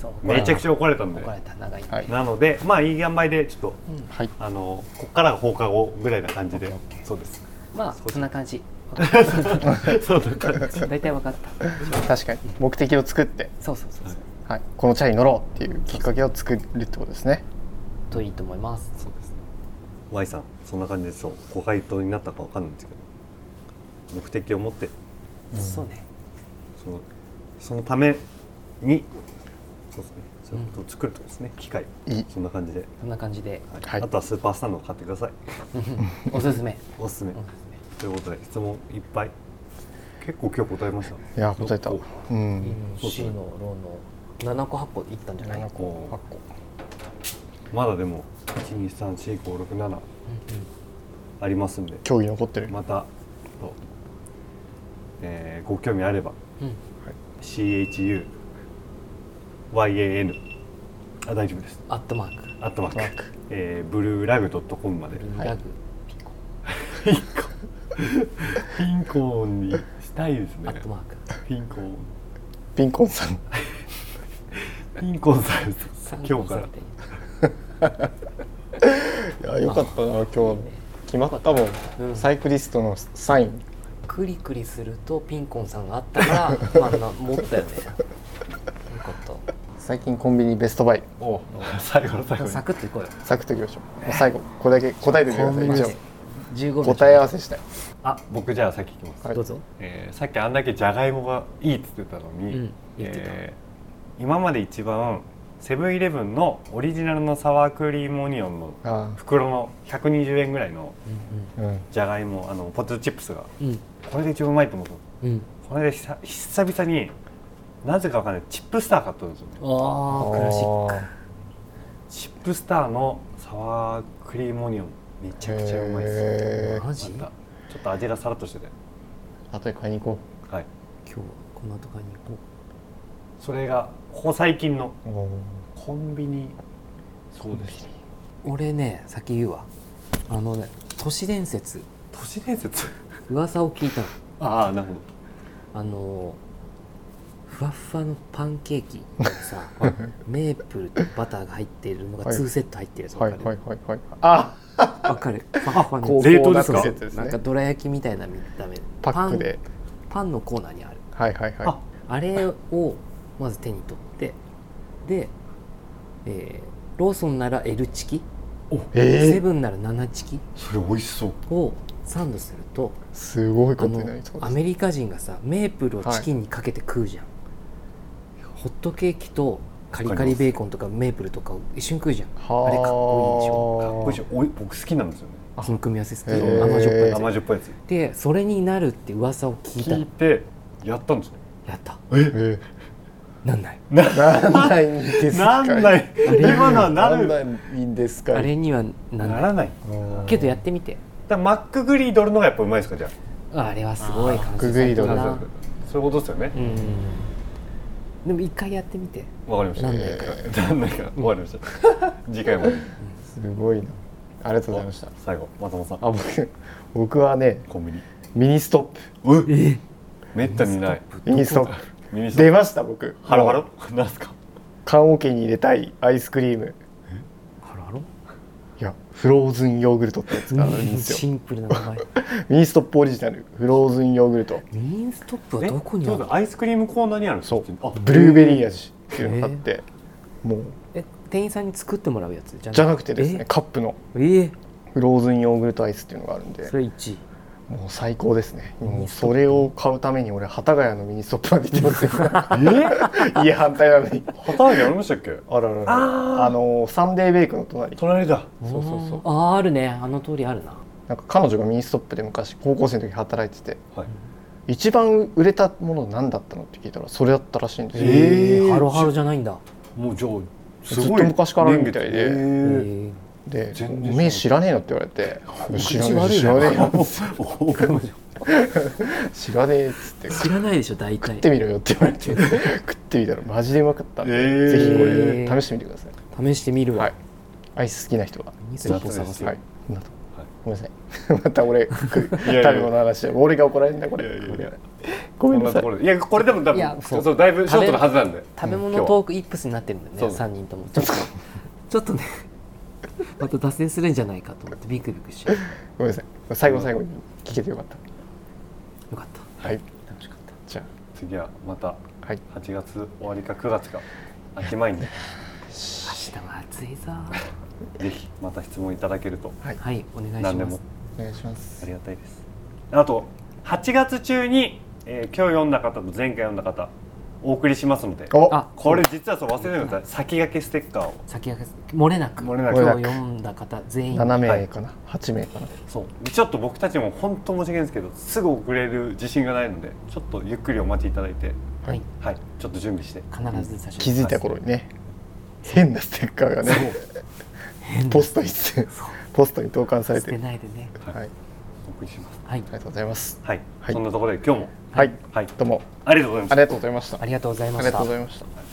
そう怒
め
られ
ちゃ
た
くちゃ怒られたんで
怒られた長い、
はい
なのでまあいい塩梅でちょっと
うん
はい
あのここからが放課後ぐらいな感じで
オッケーオッケー
そうです
まあそんな感じ
そうだ から
大体分かった
確かに目的を作って、
そうそうそうそう
はい、このチャリに乗ろうっていうきっかけを作るってことですね
といいと思います
そうです Y さんそんな感じでしょうご回答になったかわかんないんですけど目的を持って
そうね
そのそのためにそうですねそういうことを作るってことですね、機械
いい
そんな感じで、
そんな感じで
はい
はい
あとはスーパースタンドを買ってください
おすすめ
おすすめ、
おす
ということで質問いっぱい結構今日答えましたね
いや答えた
お
う
すめ
ん
C のローの7個8個いったんじゃない
7
うん
個8個
まだでも123456ありますんで
競技残ってる
また、とえーご興味あれば
うんうん
CHUYAN あ大丈夫です
アットマーク
アットマーク
マーク
えーブルーラグドットコムまで
ラグ、ピコ
ピンコーンにしたいです
ア
ね
ットマーク
ピンコーン
ピンコンさん
ピンコーンさんです今日から
いやよかったな今日決まったもん、
うん
サイクリストのサイン
クリクリするとピンコンさんがあったからまあな持ったよねよかっ
最近コンビニベストバイ
お最後の最後
た
に
サクッといこうよ
サクッといきましょうもう最後これだけ答えてみてください一応
15秒
答え合わせしたい
あ僕じゃあ先行きます、
はい
どうぞ
えーさっきあんだけじゃがいもがいいっつってたのに、
うん言ってた
えー今まで一番セブンイレブンのオリジナルのサワークリームオニオンの
あ
袋の120円ぐらいの
あうん
じゃがいもあのポテトチップスが
うんうん
これが一番うまいと思った
うん
これで久久々になぜかわかんないチップスター買ったんですよ
ああクラシック
チップスターのサワークリームオニオンめちゃくちゃうまいです
へー
マジ
またちょっと味がさらっとしてて
後で買いに行こ
はい
今日はこの後買いに行こ
それがここ最近の
う
コンビニそうです
俺ね先言うわあのね都市伝説
都市伝説
噂を聞いたの
ああなるほ
あのふわっふわのパンケーキに さメープルとバターが入っているのが
はい
2セット入ってるやつ
はい
わかる、
はいはいはいあ
わかるふわっふわの
高
冷凍
校
で
だ
す
と
か
のやつです
なんか
ね
どら焼きみたいな見た目
パックで
パンパンのコーナーにある
はいはいはい
あ
あれをまず手に取ってで、えーローソンなら L チキ
え
セ
え
ブンなら7チキ
それ美味しそう
をサンドすると
すごい
あ
ことにな
の
りそうで
ア
す
メリカ人がさメープルをチキンにかけて食うじゃん、ホットケーキとカリカリベーコンとかメープルとかを一緒に食うじゃん
は
あれかっこいいでしょ
かっこいいし
ょ
おい僕好きなんですよね
その組み合わせ好き、
へー
甘じょっぱい
え
やつ
甘じょっぱいやつ
でそれになるって噂を聞いた
聞い
の
てやったんですね
やった
え
なんない
えなんないんですか
なんないい今のはなる
なんないんですかい
あれには
な
な
ん
ない
らない
けどやってみて
だからマックグリードルのがやっぱうまいですかじゃあ
あれはすごい感
グ
じ
グリド
だ
ル
な
そういうことですよね
うんでも一回やってみて
わかりました
なんだ
なんだか終わりました次回も
すごいなありがとうございました
最後松本さん
あ僕僕はね
コンビニ
ミニストップ
えめったにない
ミニストッ
ミニ
プ
ストッ
出
プ
ました僕
ハロハロなんすか
缶桶に入れたいアイスクリーム
あらあら
いやフローズンヨーグルトってやつがあるんです
シ
よ
ンプルな名前
ミニストップオリジナルフローズンヨーグルト
ミニストップはどこに
え
あ
そ
る
う
の
だアイスクリームコーナーにあるんです
そう
あ
ブルーベリー味っていうのがあってもう
え店員さんに作ってもらうやつじゃ
じゃなくてですねカップの
ええ
フローズンヨーグルトアイスっていうのがあるんで
それ1位
もう最高ですねも
ミニ
う
ストップ
それを買うために俺幡ヶ谷のミニストップまで行ってますよ
え
家反対なのに
旗揚げありましたっけ
あららら
あー
あのサンデーベイクの隣
隣だ
そうそうそう
あーあるねあの通りあるな
なんか彼女がミニストップで昔高校生の時働いてて
はい
一番売れたもの何だったのって聞いたらそれだったらしいんですよ、
えー
ハロハロじゃないんだ
もうじゃあす
ずっ
ごい
と昔からあるみたい
年月
で
へ
え
ー
ー
で「
全然知らない
おめえ知らねえの?」って言われて「知ら
口
ね
悪
え
い
知
な
らねえよ
おー
知らねえ」っつって「食
知らないでしょ大体
ってみろよ」って言われ て食ってみたらマジでうまかったんで、
えー
ぜひこれ試してみてください、
試してみるわ、
はいアイス好きな人は
ミニストップを探
夏
す
です
はいなと
はい
ごめんなさい また俺食う食
いやいや
べ物の話で俺が怒られるんだこれ
いやいやいや
ごめんなさい
いやこれでも多
いや
分
そう
そうだいぶショートのはずなんで
食
今
べ
日
物
は
トークイップスになってるんだ
そ
よ
う
ね3人ともちょっとちょっとね また脱線するんじゃないかと思ってビクビクしちゃうよ
ごめんなさい最後最後に聞けてよかっ
かった
たはい
楽しかった
じゃ
次はまた
あはい
8月終わりか9月か秋前 に
明日も暑いぞ
ぜひまた質問いただけると
はいお願いします
何でも
お願いします
ありがたいですあと8月中に、えー今日読んだ方と前回読んだ方お送りしますので
お
あ
これ実はそう忘れてください先駆けステッカーを
先駆け漏れなく
漏れなく
今日読んだ方全員
7名かな8名かな
そうちょっと僕たちも本当申し訳ないんですけどすぐ送れる自信がないのでちょっとゆっくりお待ちいただいて
はい
はいちょっと準備して
必ず差し
気づいた頃にね変なステッカーがねポストにつポストに投函され
捨
て
て
る
ないでね
はい
お送りします
はい
ありがとうございます
はい、
はい
そんなところで今日も
はい
はい
どうも
ありがとうございまし
あ
た
りがとうございました
あ
あ
りがとうございま
りが
し
と
た
うございました